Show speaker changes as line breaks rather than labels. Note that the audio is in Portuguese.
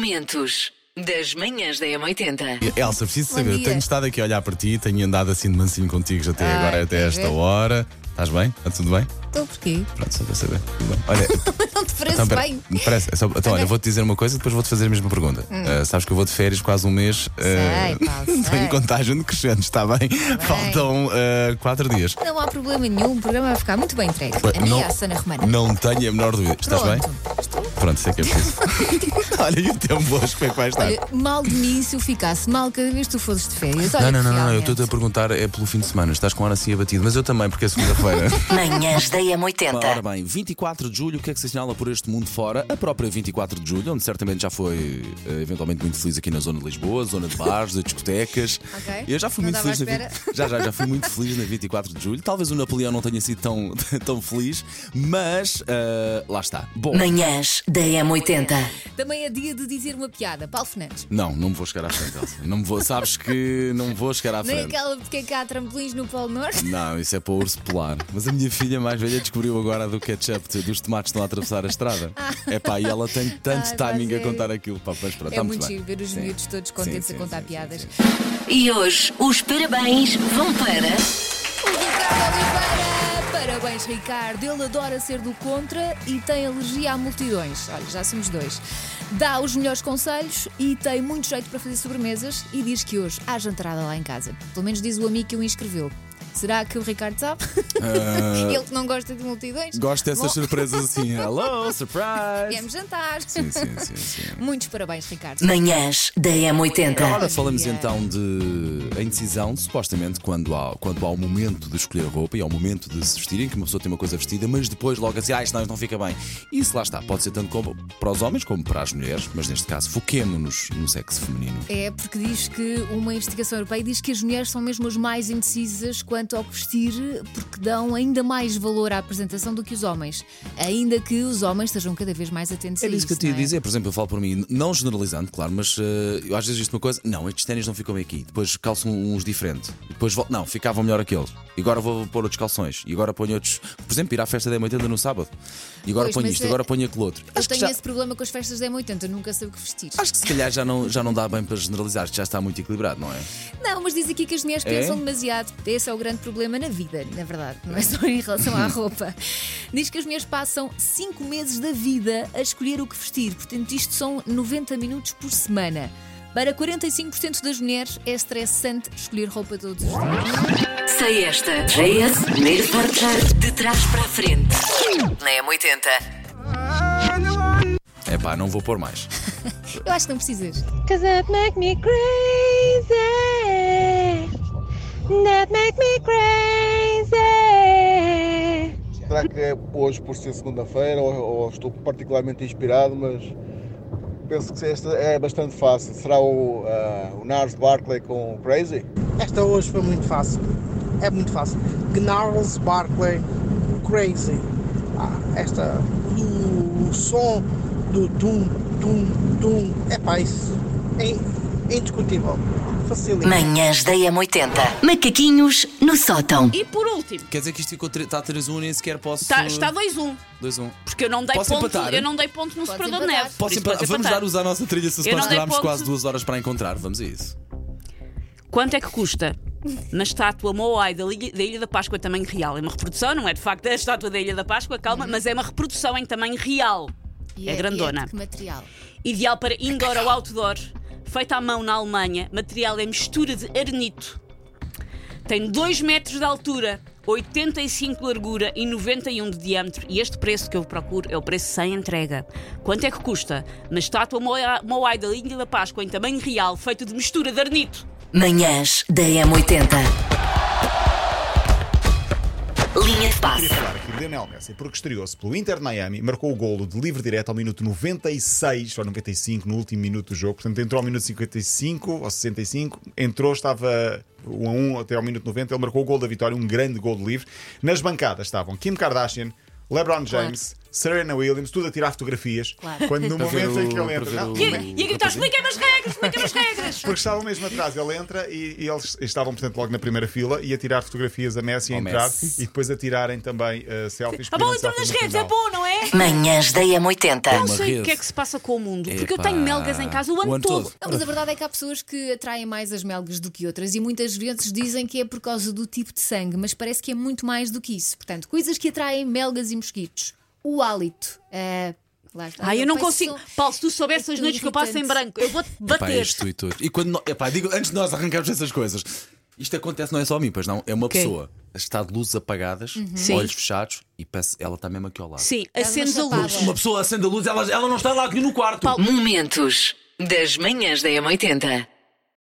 Momentos das manhãs da M80.
Elsa, preciso
Bom
saber,
dia.
tenho estado aqui a olhar para ti, tenho andado assim de mansinho contigo até
Ai,
agora, até
quer
esta
ver?
hora. Estás bem? Está tudo bem?
Então porquê?
Pronto, só para saber. Tudo bem. Olha,
Não te parece
então, pera-
bem? Hum.
parece, é só- então, olha, vou-te dizer uma coisa depois vou-te fazer a mesma pergunta. Ah, sabes que eu vou de férias quase um mês. ah,
Sei, Paulo,
tenho
sei. Tá
contagem de crescentes, está bem? Faltam ah, quatro dias.
Não há problema nenhum, o programa vai ficar muito bem entregue. A minha e a Sana Romana.
não tenho a menor dúvida. Estás bem?
Pronto. Estou-
Pronto, sei que é preciso. olha, e o tempo hoje, como é que vai estar?
Olha, Eh, mal de mim se eu ficasse mal cada vez que tu fosses de férias. Olha,
Não, não, não, não, eu
realmente.
estou-te a perguntar, é pelo fim de semana, estás com a hora assim abatido, mas eu também, porque é segunda-feira.
Manhãs da
Ora
Tá.
M80.
bem, 24 de julho, o que é que se assinala por este mundo fora? A própria 24 de julho, onde certamente já foi eh, eventualmente muito feliz aqui na zona de Lisboa, zona de bares, de discotecas.
Ok.
Eu já fui
Não
muito
estava
feliz
à
na vi- já, já, já fui muito feliz na 24 de julho. Talvez o Napoleão não tenha sido tão, tão feliz, mas eh, lá está. Bom,
Manhãs da M80.
Também é dia de dizer uma piada. Paulo Fernandes.
não, não me vou chegar à frente, Elsa. Não me vou, sabes que não me vou chegar à
Nem
frente.
aquela porque é que há trampolins no Polo Norte.
Não, isso é para o urso polar. Mas a minha filha mais velha descobriu agora a do ketchup de- dos tomates que estão a atravessar a estrada. É pá, e ela tem tanto
Ah. Ai, pá,
timing a
sério.
contar aquilo. Pá, mas pronto,
É
está
muito
bem.
giro ver os
Sim.
miúdos todos contentes
Sim,
a
sim,
contar
sim,
piadas.
sim, sim.
E hoje os parabéns vão para.
O Ricardo Oliveira! Parabéns, Ricardo. Ele adora ser do contra e tem alergia a multidões. Olha, já somos dois. Dá os melhores conselhos e tem muito jeito para fazer sobremesas e diz que hoje há jantarada lá em casa. Pelo menos diz o amigo que o inscreveu. Será que o Ricardo sabe? Ele que não gosta de multidões?
Gosto Eh, dessas
Bom, É
surpresas assim. Hello, surprise!
Viemos jantar.
Sim, sim, sim, sim.
Muitos parabéns, Ricardo.
Manhãs da M80.
Ora, falamos
dia.
então de a indecisão, supostamente, quando há, quando há o momento de escolher roupa e há o momento de se vestirem, que uma pessoa tem uma coisa vestida, mas depois logo assim, ah, isto não, isto não fica bem. Isso lá está, pode ser tanto como para os homens como para as mulheres, mas neste caso, foquemo-nos no sexo feminino.
É porque diz que uma investigação europeia diz que as mulheres são mesmo as mais indecisas quanto ao que vestir, porque dão ainda mais valor à apresentação do que os homens, ainda que os homens estejam cada vez mais atentos a
Era isso
isso.
que eu te ia
não é?
dizer, por exemplo, eu falo por mim, não generalizando, claro, mas eh, eu às vezes isto uma coisa, não, estes ténis não ficam bem aqui, depois calço uns diferentes, depois volto, não, ficavam melhor aqueles, e agora vou pôr outros calções, e agora ponho outros, por exemplo, ir à festa da M80 no sábado, e agora
Pois,
ponho
mas
isto,
é-
agora ponho aquele outro.
Eu
Acho que
tenho
já-
esse problema com as festas da M80, eu nunca sei o que vestir.
Acho que se calhar já não, já não dá bem para generalizar, isto já está muito equilibrado, não é?
Não, mas diz aqui que as mulheres
É?
pensam demasiado. Esse é o grande problema na vida, na verdade, não é só em relação à roupa. Diz que as mulheres passam 5 meses da vida a escolher o que vestir, portanto, isto são 90 minutos por semana. Para 45% das mulheres é estressante escolher roupa todos os dias.
Sei esta. JS, primeiro portar de trás para a frente. Na M80.
É pá, não vou pôr mais.
Eu acho que não precisas.
Cause that make me crazy. That make me crazy.
Será que é hoje por ser segunda-feira ou, ou estou particularmente inspirado, mas penso que esta é bastante fácil. Será o, ah, o Nars Barclay com o Crazy?
Esta hoje foi muito fácil. É muito fácil. Gnarls Barclay Crazy. Ah, esta. hum, O, o som do tum, tum, tum. É pá, isso. É in- indiscutível. Facilita.
Manhãs da M80. Macaquinhos no sótão.
E por último,
Quer dizer que isto ficou tre- está 3-1 nem sequer posso.
tá- está 2-1,
2-1.
porque eu não dei
Posso
ponto.
empatar?
Eu não dei ponto no
Podes
separador de
empatar.
neve. por
Posso
isso
empatar?
podes
Vamos
empatar.
dar usar a nossa trilha se
Eu não
nós
dei
durámos
ponto.
quase duas horas para encontrar, vamos a isso.
Quanto é que custa? Na estátua Moai da Ilha, da Ilha da Páscoa, em tamanho real. É uma reprodução, não é de facto a estátua da Ilha da Páscoa, calma, mas é uma reprodução em tamanho real.
Uhum. E
é
e
grandona.
de que material?
Ideal para indoor ou outdoor. Feita à mão na Alemanha. Material é mistura de arenito. Tem 2 metros de altura, 85 de largura e 91 de diâmetro. E este preço que eu procuro é o preço sem entrega. Quanto é que custa? Uma estátua Moa- Moai da Ilha da Páscoa em tamanho real, feita de mistura de arenito.
Manhãs da M80. Linha de passe.
Queria falar aqui de Lionel Messi, porque estreou-se pelo Inter de Miami, marcou o golo de livre direto ao minuto 96 ou 95, no último minuto do jogo. Portanto, entrou ao minuto 55 ou 65, entrou, estava 1 a 1 até ao minuto 90. um Ele marcou o gol da vitória, um grande gol de livre. Nas bancadas estavam Kim Kardashian, LeBron James, Serena Williams, tudo a tirar fotografias.
Claro.
Quando no
Para ver
momento em
o-
que ele
para
entra.
ver
Não,
o-
E, e a gritar: explica-me as regras, explica-me as regras.
porque estavam mesmo atrás, ele entra e, e eles estavam, portanto, logo na primeira fila e a tirar fotografias a Messi a
Ao
entrar
Messi.
e depois a tirarem também eh, selfies.
A
pedindo
bola entrou nas
selfies no
redes, é
final.
bom, não é?
Manhãs da
Não
M80.
Uma
sei o
rede.
que é que se passa com o mundo, porque eu
Epá.
tenho melgas em casa o ano, todo.
Não, mas a verdade é que há pessoas que atraem mais as melgas do que outras e muitas vezes dizem que é por causa do tipo de sangue, mas parece que é muito mais do que isso. Portanto, coisas que atraem melgas e mosquitos. O hálito. Ah, lá está.
Ai, eu não
Pai,
consigo.
sou- É
Paulo, se tu soubesses as
Tão
noites que eu passo em
irritante.
branco, eu vou-te
Pá,
bater.
é isto e tudo. E quando. nó- epá, digo, antes de nós arrancarmos essas coisas, isto acontece não é só a mim, pois não. É uma
Ok.
pessoa. Está de luzes apagadas,
Uhum. Sim.
olhos fechados e passa- ela está mesmo aqui ao lado.
Sim,
Dás uma
acendes a luz.
chapada.
Uma pessoa acende a luz, ela, ela não está lá aqui no quarto.
Paulo,
Momentos das manhãs da M80.